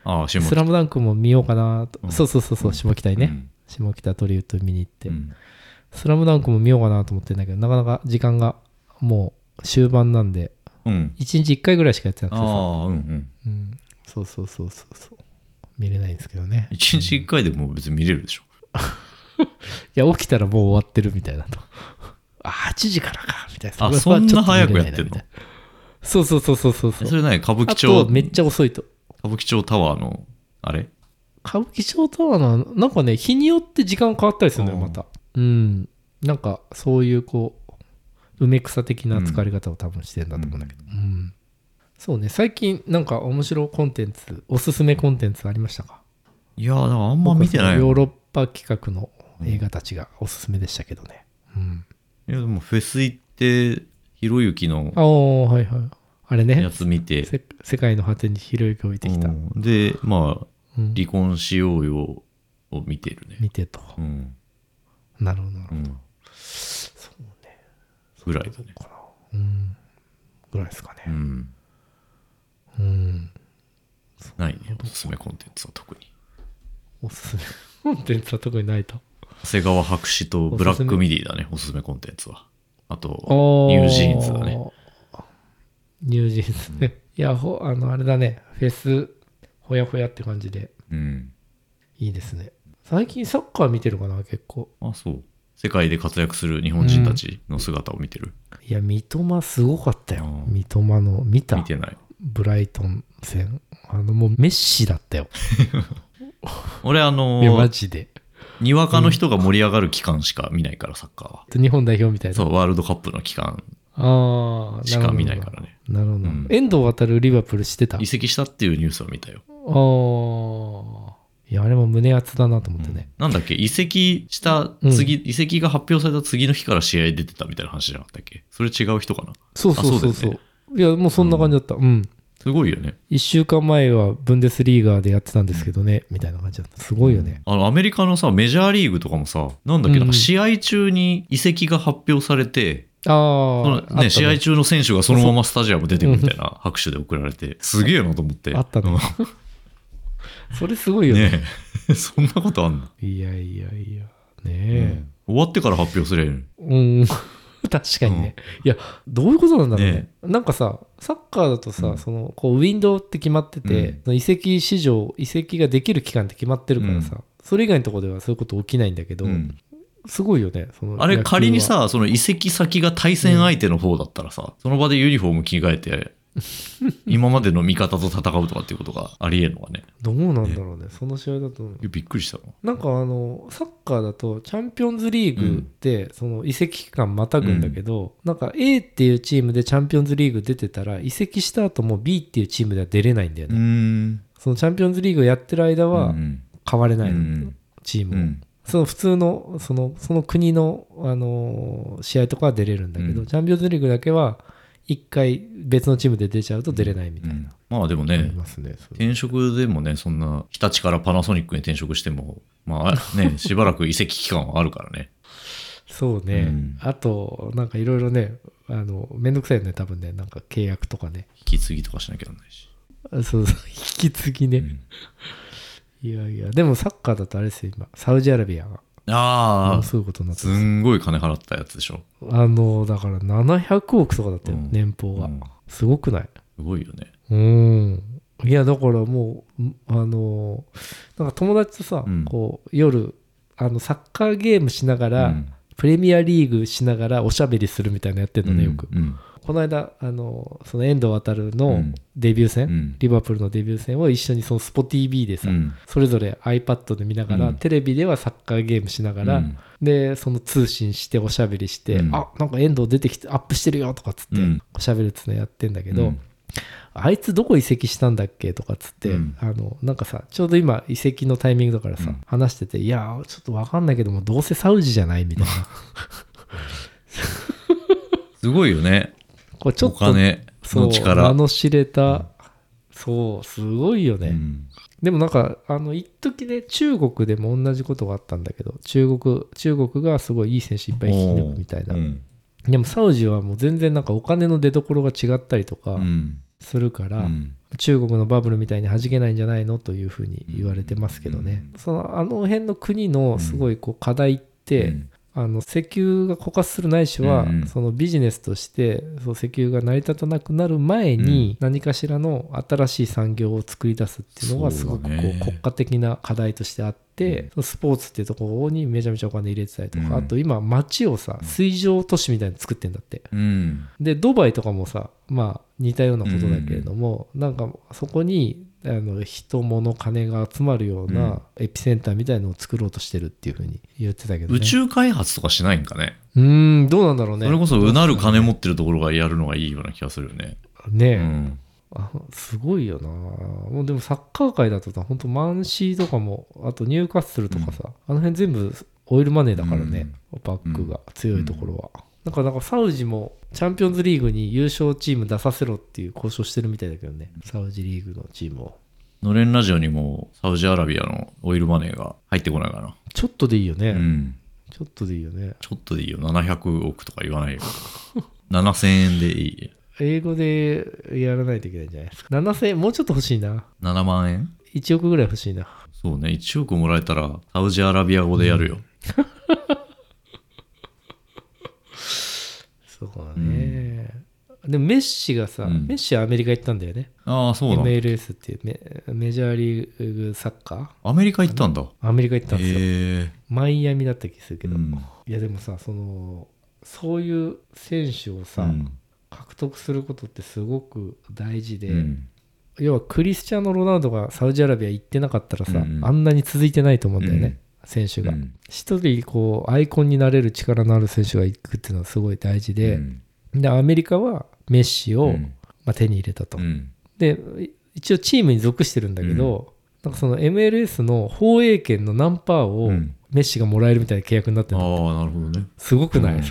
Speaker 2: あ
Speaker 1: 「
Speaker 2: あ、下
Speaker 1: スラムダンクも見ようかなと、
Speaker 2: うん
Speaker 1: そうそうそうそう下北にね、
Speaker 2: うん
Speaker 1: 下北トリウッド見に行って、
Speaker 2: うん
Speaker 1: スラムダンクも見ようかなと思ってんだけど、なかなか時間がもう終盤なんで、
Speaker 2: うん。
Speaker 1: 1日1回ぐらいしかやってなくて
Speaker 2: あ
Speaker 1: さ、
Speaker 2: あ、うんうん。
Speaker 1: うん、そうそうそうそうそう、見れないんですけどね。い
Speaker 2: 一日一回でも別に見れるでしょ。
Speaker 1: や、起きたらもう終わってるみたいなと。あ、8時からか、みたいな。
Speaker 2: あ
Speaker 1: れはちょと
Speaker 2: そんな早くやってん
Speaker 1: 見れな
Speaker 2: の
Speaker 1: いなみたいなそうそうそうそうそう
Speaker 2: え
Speaker 1: そ。
Speaker 2: そうれ何歌舞伎
Speaker 1: あ
Speaker 2: 町、
Speaker 1: と、めっ
Speaker 2: 歌
Speaker 1: ちゃ遅いと。
Speaker 2: 舞伎町タワーの、あれ
Speaker 1: 歌舞伎町タワーの、なんかね、日によって時間変わったりするのよ、
Speaker 2: あー
Speaker 1: また。うん。なんか、そういう、こう、梅草的な疲れ方を多分してんだと思うんだけど。うんそうね最近なんか面白コンテンツおすすめコンテンツありましたか
Speaker 2: いやー、だからあんま見てない
Speaker 1: 僕はそのヨ
Speaker 2: よ
Speaker 1: ーロッパ企画の映画たちがおすすめでしたけどね、うん
Speaker 2: いや、でもフェス行って、ひろゆきの
Speaker 1: ああはいはいあれ
Speaker 2: や
Speaker 1: ね
Speaker 2: つ見て、
Speaker 1: せ世界の果てにひろゆきを置いてきた、
Speaker 2: うんで、まあ、
Speaker 1: うん
Speaker 2: 離婚しようよを見てるね。
Speaker 1: 見てと
Speaker 2: うん。
Speaker 1: なるほどなるほ
Speaker 2: う
Speaker 1: ど
Speaker 2: ん。ぐらいだね。
Speaker 1: うんぐらいですか
Speaker 2: う
Speaker 1: ね
Speaker 2: ん。
Speaker 1: うん
Speaker 2: ないね。おすすめコンテンツは特に。
Speaker 1: おすすめコンテンツは特にないと
Speaker 2: 長谷川白紙とブラックミディだね、おすすめコンテンツは。あと、 ニュージーンズだね。
Speaker 1: ニュージーンズね、いやほあのあれだねフェスほやほやって感じで
Speaker 2: うん。
Speaker 1: いいですね最近サッカー見てるかな結構
Speaker 2: あ、そう。世界で活躍する日本人たちの姿を見てる。
Speaker 1: いや三笘すごかったよ
Speaker 2: うん
Speaker 1: 三笘の見た
Speaker 2: 見てない。
Speaker 1: ブライトン戦あのもうメッシだったよ
Speaker 2: 俺、あの
Speaker 1: いやマ
Speaker 2: ー、
Speaker 1: ジで
Speaker 2: にわかの人が盛り上がる期間しか見ないから、サッカーは。
Speaker 1: 日本代表みたいな
Speaker 2: そう、ワールドカップの期間
Speaker 1: ああ
Speaker 2: しか見ないからね。
Speaker 1: なるほど、
Speaker 2: うん
Speaker 1: 遠藤航リバプールしてたあ
Speaker 2: 移籍したっていうニュースを見たよ。
Speaker 1: あいやあれも胸熱だなと思ってね、
Speaker 2: なんだっけ移籍した次、移籍が発表された次の日から試合出てたみたいな話じゃなかったっけそれ違う人かな
Speaker 1: そうそうそう
Speaker 2: あそ
Speaker 1: そうう
Speaker 2: だよ
Speaker 1: いやもうそんな感じだったうん
Speaker 2: すごいよね。
Speaker 1: 1週間前はブンデスリーガーでやってたんですけどね、みたいな感じだった。すごいよね。
Speaker 2: あの、アメリカのさ、メジャーリーグとかもさ、なんだっけ、
Speaker 1: うん
Speaker 2: なんか試合中に移籍が発表されて、そ
Speaker 1: あ
Speaker 2: の
Speaker 1: あ、
Speaker 2: ね、試合
Speaker 1: 中。
Speaker 2: 中の選手がそのままスタジアム出てくるみたいな 拍手で送られて、すげえなと思って。
Speaker 1: あったねそれすごい
Speaker 2: うん
Speaker 1: よね。
Speaker 2: ねえ そんなことあんの、
Speaker 1: いやいやいや。
Speaker 2: う
Speaker 1: ね
Speaker 2: ん終わってから発表すれる
Speaker 1: え。うん。 確かにね、いや、どういうことなんだろうね。
Speaker 2: ね
Speaker 1: なんかさ、サッカーだとさ、
Speaker 2: うん
Speaker 1: そのこうウィンドウって決まってて、
Speaker 2: うん
Speaker 1: その移籍市場、移籍ができる期間って決まってるからさ、それ以外のところではそういうこと起きないんだけど、
Speaker 2: うん
Speaker 1: すごいよね。その
Speaker 2: あれ
Speaker 1: 野球は
Speaker 2: 仮に、さ、その移籍先が対戦相手の方だったらさ、その場でユニフォーム着替えて 今までの味方と戦うとかっていうことがありえるのがね。
Speaker 1: どうなんだろうね、その試合だと思う
Speaker 2: いやびっくりしたの。
Speaker 1: なんかあのサッカーだとチャンピオンズリーグってその移籍期間またぐんだけど、なんか A っていうチームでチャンピオンズリーグ出てたら移籍した後も B っていうチームでは出れないんだよ
Speaker 2: う
Speaker 1: ね、
Speaker 2: ん。
Speaker 1: そのチャンピオンズリーグやってる間
Speaker 2: う
Speaker 1: は
Speaker 2: ん。
Speaker 1: 変われないの、
Speaker 2: うん
Speaker 1: チーム
Speaker 2: う
Speaker 1: を、
Speaker 2: ん。
Speaker 1: その普通のそのその国の、あのー試合とかは出れるんだけど、
Speaker 2: うん
Speaker 1: チャンピオンズリーグだけは1回別のチームで出ちゃうと出れないみたいな、
Speaker 2: まあでも
Speaker 1: あり
Speaker 2: ね、
Speaker 1: ますねそれ
Speaker 2: 転職でもね、そんな、日立からパナソニックに転職しても、まあ ね、しばらく移籍期間はあるからね。
Speaker 1: そうね、
Speaker 2: うん
Speaker 1: あとなんかいろいろねあのめんどくさいよね多分ねなんか契約とかね
Speaker 2: 引き継ぎとかしなきゃなんないし。
Speaker 1: あそうそう引き継ぎね、
Speaker 2: うん
Speaker 1: いやいやでもサッカーだとあれですよ今サウジアラビアがも
Speaker 2: あ
Speaker 1: のすごいことにな
Speaker 2: あ、
Speaker 1: って
Speaker 2: す
Speaker 1: ます
Speaker 2: んごい金払ったやつでしょ。
Speaker 1: あのだから700億とかだったよ、
Speaker 2: うん
Speaker 1: 年俸が、
Speaker 2: うん
Speaker 1: すごくない
Speaker 2: すごいよね。
Speaker 1: うん。いや、だからもう、んあのーなんか友達とさ、
Speaker 2: うん
Speaker 1: こう、夜、あの、サッカーゲームしながら、
Speaker 2: うん
Speaker 1: プレミアリーグしながらおしゃべりするみたいなのやってるのね、よく。
Speaker 2: うん
Speaker 1: この間、あのーその遠藤航
Speaker 2: う
Speaker 1: の
Speaker 2: ん
Speaker 1: デビュー戦、
Speaker 2: うん
Speaker 1: リバプールのデビュー戦を一緒にそのスポ TV でさ、
Speaker 2: うん
Speaker 1: それぞれ iPad で見ながら、
Speaker 2: うん
Speaker 1: テレビではサッカーゲームしながら、
Speaker 2: うん
Speaker 1: でその通信しておしゃべりして、
Speaker 2: うん
Speaker 1: あなんか遠藤出てきてアップしてるよとかっつって、
Speaker 2: うん
Speaker 1: おしゃべるっつうのやってんだけど、
Speaker 2: うん
Speaker 1: あいつどこ移籍したんだっけとかっつって、
Speaker 2: うん
Speaker 1: あのなんかさちょうど今移籍のタイミングだからさ、
Speaker 2: うん
Speaker 1: 話してていやちょっとわかんないけどもどうせサウジじゃないみたいな
Speaker 2: すごいよね。
Speaker 1: これちょ
Speaker 2: お
Speaker 1: っと
Speaker 2: 金
Speaker 1: そ
Speaker 2: の
Speaker 1: う
Speaker 2: 力。
Speaker 1: 名の知れた、そうすごいよね、
Speaker 2: うん
Speaker 1: でもなんかあの一時ね中国でも同じことがあったんだけど中国中国がすごいいい選手いっぱい引き抜くみたいな、
Speaker 2: うん
Speaker 1: でもサウジはもう全然なんかお金の出所が違ったりと
Speaker 2: う
Speaker 1: か
Speaker 2: ん
Speaker 1: するから、
Speaker 2: うん
Speaker 1: 中国のバブルみたいに弾けないんじゃないのというふうに言われてますけどね、そのあの辺の国のすごいこう課題って、
Speaker 2: うん
Speaker 1: あの石油が枯渇するないしは、
Speaker 2: うん
Speaker 1: そのビジネスとしてそう石油が成り立たなくなる前に何かしらの新しい産業を作り出すっていうのがすごくこう、
Speaker 2: そうだね
Speaker 1: 国家的な課題としてあって、
Speaker 2: うん
Speaker 1: そのスポーツっていうところにめちゃめちゃお金入れてたりとか、
Speaker 2: うん
Speaker 1: あと今街をさ水上都市みたいに作ってんだって。
Speaker 2: うん
Speaker 1: でドバイとかもさまあ似たようなことだけれども、なんかそこにあの人物金が集まるようなエピセンターみたいのを作ろうとしてるっていうふうに言ってたけど、ね、
Speaker 2: 宇宙開発とかしないんかね。
Speaker 1: うーんどうなんだろうね
Speaker 2: それこそうなる金持ってるところがやるのがいいような気がするよね。
Speaker 1: ねえ、
Speaker 2: うん
Speaker 1: あすごいよなもうでもサッカー界だとさ本当マンシーとかもあとニューカッスルとかさ、あの辺全部オイルマネーだからね、バックが強いところは、なんかなんかサウジもチャンピオンズリーグに優勝チーム出させろっていう交渉してるみたいだけどねサウジリーグのチームを
Speaker 2: のれんラジオにもサウジアラビアのオイルマネーが入ってこないかな。
Speaker 1: ちょっとでいいよね、
Speaker 2: うん
Speaker 1: ちょっとでいいよね
Speaker 2: ちょっとでいいよ。700億とか言わないよ。7000円でいい。
Speaker 1: 英語でやらないといけないんじゃないですか7000円もうちょっと欲しいな
Speaker 2: 7万円
Speaker 1: 1億ぐらい欲しいな
Speaker 2: そうね。1億もらえたらサウジアラビア語でやるよ。
Speaker 1: そうだね、でもメッシがさ、
Speaker 2: うん
Speaker 1: メッシはアメリカ行ったんだよね
Speaker 2: ああ、そうだ。
Speaker 1: MLS っていうメメジャーリーグサッカ
Speaker 2: アメリカ行ったんだ。
Speaker 1: ーアメリカ行ったんですよ、
Speaker 2: へえ。
Speaker 1: マイアミだった気するけど、
Speaker 2: うん
Speaker 1: いやでもさそのそういう選手をさ、
Speaker 2: うん
Speaker 1: 獲得することってすごく大事で、
Speaker 2: うん
Speaker 1: 要はクリスチャーノ・ロナウドがサウジアラビア行ってなかったらさ、
Speaker 2: うん
Speaker 1: あんなに続いてないと思うんだよね、選手が
Speaker 2: うん
Speaker 1: 一、人こうアイコンになれる力のある選手が行くっていうのはすごい大事で
Speaker 2: う、ん
Speaker 1: でアメリカはメッシを、
Speaker 2: うん
Speaker 1: まあ、手に入れたと、
Speaker 2: うん
Speaker 1: でい一応チームに属してるんだけど、なんかその MLS の放映権の何パーを
Speaker 2: うん
Speaker 1: メッシがもらえるみたいな契約になって
Speaker 2: あ
Speaker 1: る
Speaker 2: あ、
Speaker 1: の、
Speaker 2: なるほどね。
Speaker 1: すごくない、
Speaker 2: うん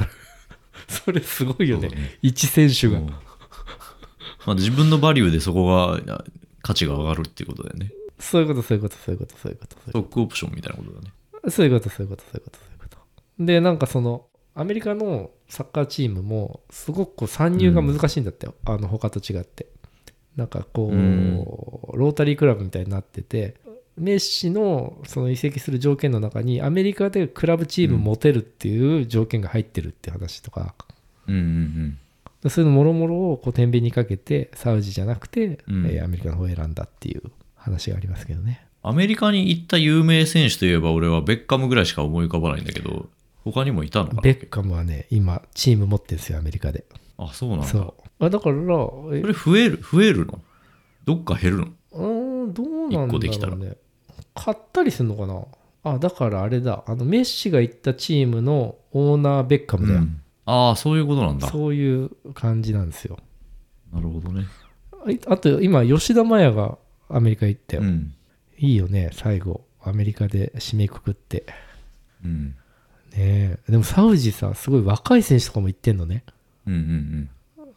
Speaker 1: それすごいよね
Speaker 2: そうだね
Speaker 1: 一選手が、
Speaker 2: うん まあ、自分のバリューでそこがあ価値が上がるっていうことだよね。
Speaker 1: そういうことそういうことそういうことそういうこと
Speaker 2: ストックオプションみたいなことだね。
Speaker 1: そういうことそういうことそういうことそういうことでなんかそのアメリカのサッカーチームもすごくこう参入が難しいんだったよ、あの他と違ってなんかこう、
Speaker 2: うん
Speaker 1: ロータリークラブみたいになっててメッシのその移籍する条件の中にアメリカでクラブチーム持てるっていう条件が入ってるって話とか、
Speaker 2: うんうん
Speaker 1: でそういうのもろもろをこう天秤にかけてサウジじゃなくて、
Speaker 2: うん
Speaker 1: えーアメリカの方を選んだっていう話がありますけどね
Speaker 2: アメリカに行った有名選手といえば俺はベッカムぐらいしか思い浮かばないんだけど、他にもいたのかな
Speaker 1: ベッカムはね今チーム持ってるんですよアメリカで
Speaker 2: あ、そうなんだ。
Speaker 1: そうあだからえ
Speaker 2: それ増える、増えるのどっか減るの
Speaker 1: うーんどうなん
Speaker 2: 一個でき
Speaker 1: だ
Speaker 2: た
Speaker 1: ろ
Speaker 2: ら
Speaker 1: うね買ったりするのかなあだからあれだあのメッシが行ったチームのオーナーベッカムだよ、
Speaker 2: うんああ、そういうことなんだ。
Speaker 1: そういう感じなんですよ
Speaker 2: なるほどね。
Speaker 1: あいあと今吉田麻也がアメリカ行ったよ、
Speaker 2: うん。
Speaker 1: いいよね最後アメリカで締めくくって
Speaker 2: うん。
Speaker 1: ねえでもサウジさすごい若い選手とかも行ってんのね
Speaker 2: うんうん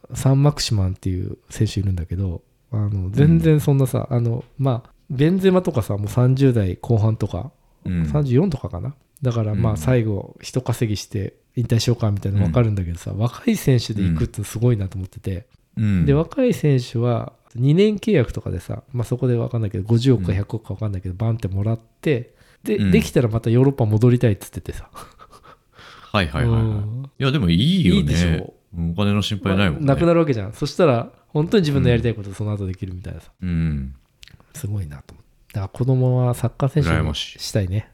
Speaker 2: うん。
Speaker 1: サン・マクシマンっていう選手いるんだけどあの全然そんなさ、あのまあベンゼマとかさもう30代後半とか、
Speaker 2: うん
Speaker 1: 34とかかなだからま
Speaker 2: う
Speaker 1: あ
Speaker 2: ん
Speaker 1: 最後一稼ぎして引退しようかみたいなの分かるんだけどさ、若い選手で行くってすごいなと思ってて、
Speaker 2: うん、
Speaker 1: で若い選手は2年契約とかでさ、まあ、そこで分かんないけど50億か100億か分かんないけどバンってもらってで,、
Speaker 2: うん
Speaker 1: できたらまたヨーロッパ戻りたいっつっててさ、
Speaker 2: はいはいはい、
Speaker 1: う
Speaker 2: はい。
Speaker 1: ん
Speaker 2: いや、でもいいよね。
Speaker 1: いいでしょ
Speaker 2: うんお金の心配ないもんね。
Speaker 1: まあなくなるわけじゃんそしたら本当に自分のやりたいことその後できるみたいなさ、
Speaker 2: うん。
Speaker 1: すごいなと思ってだから子供はサッカー選手
Speaker 2: 羨
Speaker 1: に
Speaker 2: ましい
Speaker 1: したいね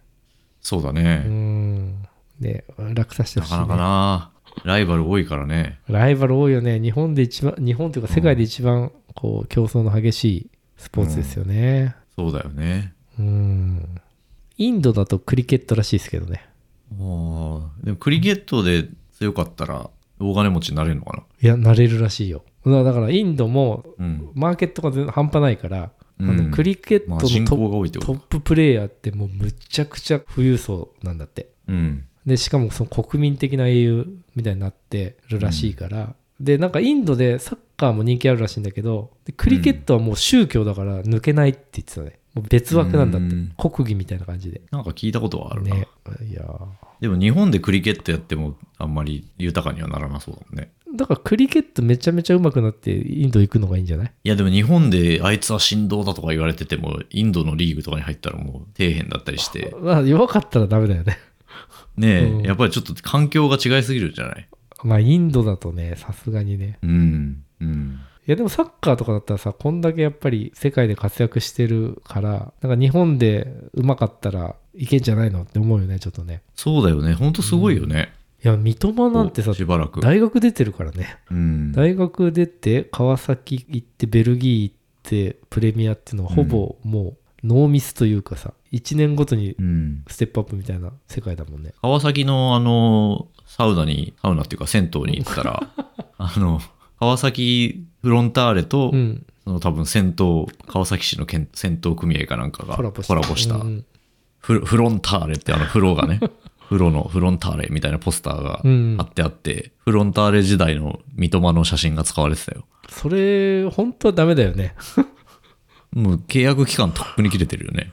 Speaker 2: そうだ
Speaker 1: う
Speaker 2: ね。
Speaker 1: んで楽させて
Speaker 2: な
Speaker 1: ほしい、ね、
Speaker 2: かなかな。ライバル多いからね。
Speaker 1: ライバル多いよね日本で一番日本というか世界で一番こう競争の激しいスポーツですよね
Speaker 2: そうだよね。
Speaker 1: うんインドだとクリケットらしいですけどね
Speaker 2: ああ。でもクリケットで強かったら、大金持ちになれるのか
Speaker 1: いや、なれるらしいよ。だだから、インドも、
Speaker 2: な。うん。
Speaker 1: マーケットが全半端ないから、
Speaker 2: うん
Speaker 1: あのクリケット
Speaker 2: ま
Speaker 1: の
Speaker 2: あ
Speaker 1: ト
Speaker 2: 人口
Speaker 1: ッ
Speaker 2: が多いって
Speaker 1: プ
Speaker 2: こ
Speaker 1: ト
Speaker 2: と
Speaker 1: ッ
Speaker 2: か。
Speaker 1: ププレイヤーって、もうむちゃくちゃ富裕層なんだって。
Speaker 2: うん。
Speaker 1: で、しかも、その国民的な英雄みたいになってるらしいから、で、なんかインドでサッカーも人気あるらしいんだけど、でクリケットはもう宗教だから抜けないって言ってたね。もう別枠なんだって
Speaker 2: うん。
Speaker 1: 国技みたいな感じで。
Speaker 2: なんか聞いたことはあるな。
Speaker 1: ね。いやー
Speaker 2: でも日本でクリケットやってもあんまり豊かにはならなそうだもんね。
Speaker 1: だからクリケットめちゃめちゃ上手くなってインド行くのがいいんじゃない
Speaker 2: いやでも日本であいつは振動だとか言われてても、インドのリーグとかに入ったらもう底辺だったりして、
Speaker 1: まあ弱かったらダメだよね。
Speaker 2: ねえ、
Speaker 1: うん
Speaker 2: やっぱりちょっと環境が違いすぎるんじゃない
Speaker 1: まあインドだとねさすがにね
Speaker 2: うん。うん。
Speaker 1: いやでもサッカーとかだったらさこんだけやっぱり世界で活躍してるからなんか日本でうまかったらいけんじゃないのって思うよねちょっとね
Speaker 2: そうだよね。ほんとすごいよね。
Speaker 1: いや三笘なんてさ
Speaker 2: しばらく。
Speaker 1: 大学出てるからね
Speaker 2: うん。
Speaker 1: 大学出て川崎行ってベルギー行ってプレミアっていうのはほぼもうノーミスというかさ1年ごとに
Speaker 2: うん。
Speaker 1: ステップアップみたいな世界だもんね
Speaker 2: 川崎のあの、サウナに、サウナっていうか銭湯に行っ たら、あの、川崎フロンターレと、
Speaker 1: うん
Speaker 2: その多分銭湯、川崎市のけん銭湯組合かなんかが
Speaker 1: コラボした
Speaker 2: コラボした
Speaker 1: う、ん
Speaker 2: フフロンターレってあの風呂がね、 風呂のフロンターレみたいなポスターが
Speaker 1: うん
Speaker 2: 貼ってあって、フロンターレ時代の三笘の写真が使われてたよ。
Speaker 1: それ本当はダメだよね
Speaker 2: もう契約期間とっくに切れてるよね。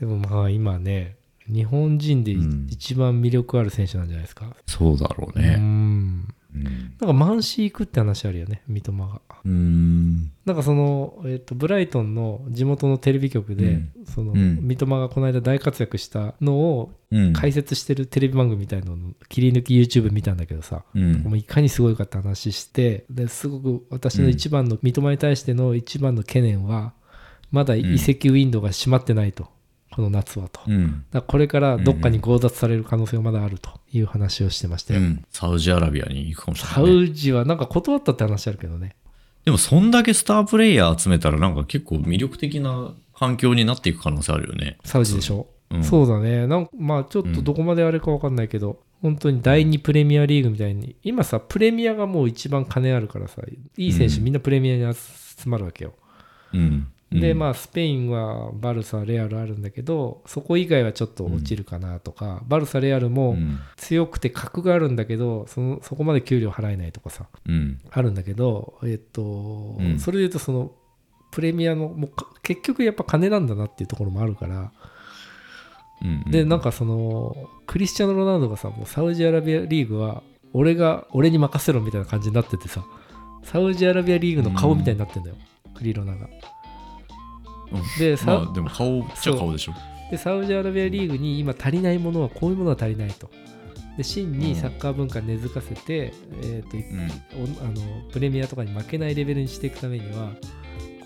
Speaker 1: でもまあ今ね日本人でい
Speaker 2: うん
Speaker 1: 一番魅力ある選手なんじゃないですか、
Speaker 2: そうだろう
Speaker 1: う
Speaker 2: ね。
Speaker 1: ん
Speaker 2: うん。
Speaker 1: なんかマンシー行くって話あるよね三笘が
Speaker 2: うん。
Speaker 1: なんかその、えっとブライトンの地元のテレビ局で、
Speaker 2: うん
Speaker 1: その
Speaker 2: うん
Speaker 1: 三笘がこの間大活躍したのを
Speaker 2: うん。
Speaker 1: 解説してるテレビ番組みたいのの切り抜き YouTube 見たんだけどさ、
Speaker 2: うん
Speaker 1: もういかにすごいかって話してですごく私の一番の、三笘に対しての一番の懸念はまだ移籍ウィンドウが閉まってないと、この夏はと、
Speaker 2: うん。
Speaker 1: だからこれからどっかに強奪される可能性がまだあるという話をしてましたよ。
Speaker 2: うんサウジアラビアに行くかもし
Speaker 1: サ
Speaker 2: れないね。
Speaker 1: ウジはなんか断ったって話あるけどね。
Speaker 2: でもそんだけスタープレイヤー集めたらなんか結構魅力的な環境になっていく可能性あるよね。
Speaker 1: サウジでしょ。
Speaker 2: うん
Speaker 1: そうだね。なんかまあちょっとどこまであれか分かんないけど、本当に第2プレミアリーグみたいに、今さ、プレミアがもう一番金あるからさ、いい選手みんなプレミアに集まるわけよ。
Speaker 2: うん。
Speaker 1: で、
Speaker 2: あ。
Speaker 1: まあスペインはバルサ、レアルあるんだけど、そこ以外はちょっと落ちるかなとか、バルサ、レアル
Speaker 2: う
Speaker 1: も
Speaker 2: ん。
Speaker 1: 強くて格があるんだけど、そのそこまで給料払えないとかさ。
Speaker 2: うん。
Speaker 1: あるんだけど、えっと
Speaker 2: うん
Speaker 1: それで言うとそのプレミアのもうか結局やっぱ金なんだなっていうところもあるから、
Speaker 2: うん
Speaker 1: でなんかそのクリスチャーノ・ロナウドがさもうサウジアラビアリーグは俺が俺に任せろみたいな感じになっててさサウジアラビアリーグの顔みたいになってんだよ、クリロナが
Speaker 2: うん。
Speaker 1: でさ、
Speaker 2: まあでも顔っちゃ顔でしょ。
Speaker 1: でサウジアラビアリーグに今足りないものはこういうものは足りないと。で真にサッカー文化根付かせて、えっと
Speaker 2: うん。
Speaker 1: おあのプレミアとかに負けないレベルにしていくためには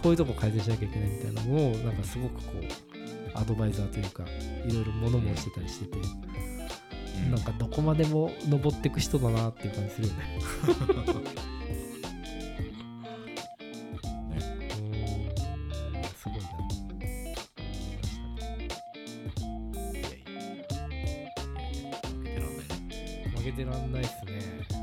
Speaker 1: こういうとこ改善しなきゃいけないみたいなのをなんかすごくこうアドバイザーというかいろいろ物申してたりしててなんかどこまでも登っていく人だなっていう感じするよね負けてらんないっすね。